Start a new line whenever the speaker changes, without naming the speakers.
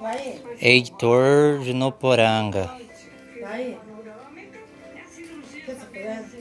Vai,
Heitor de Noporanga.
vai. Que surpresa.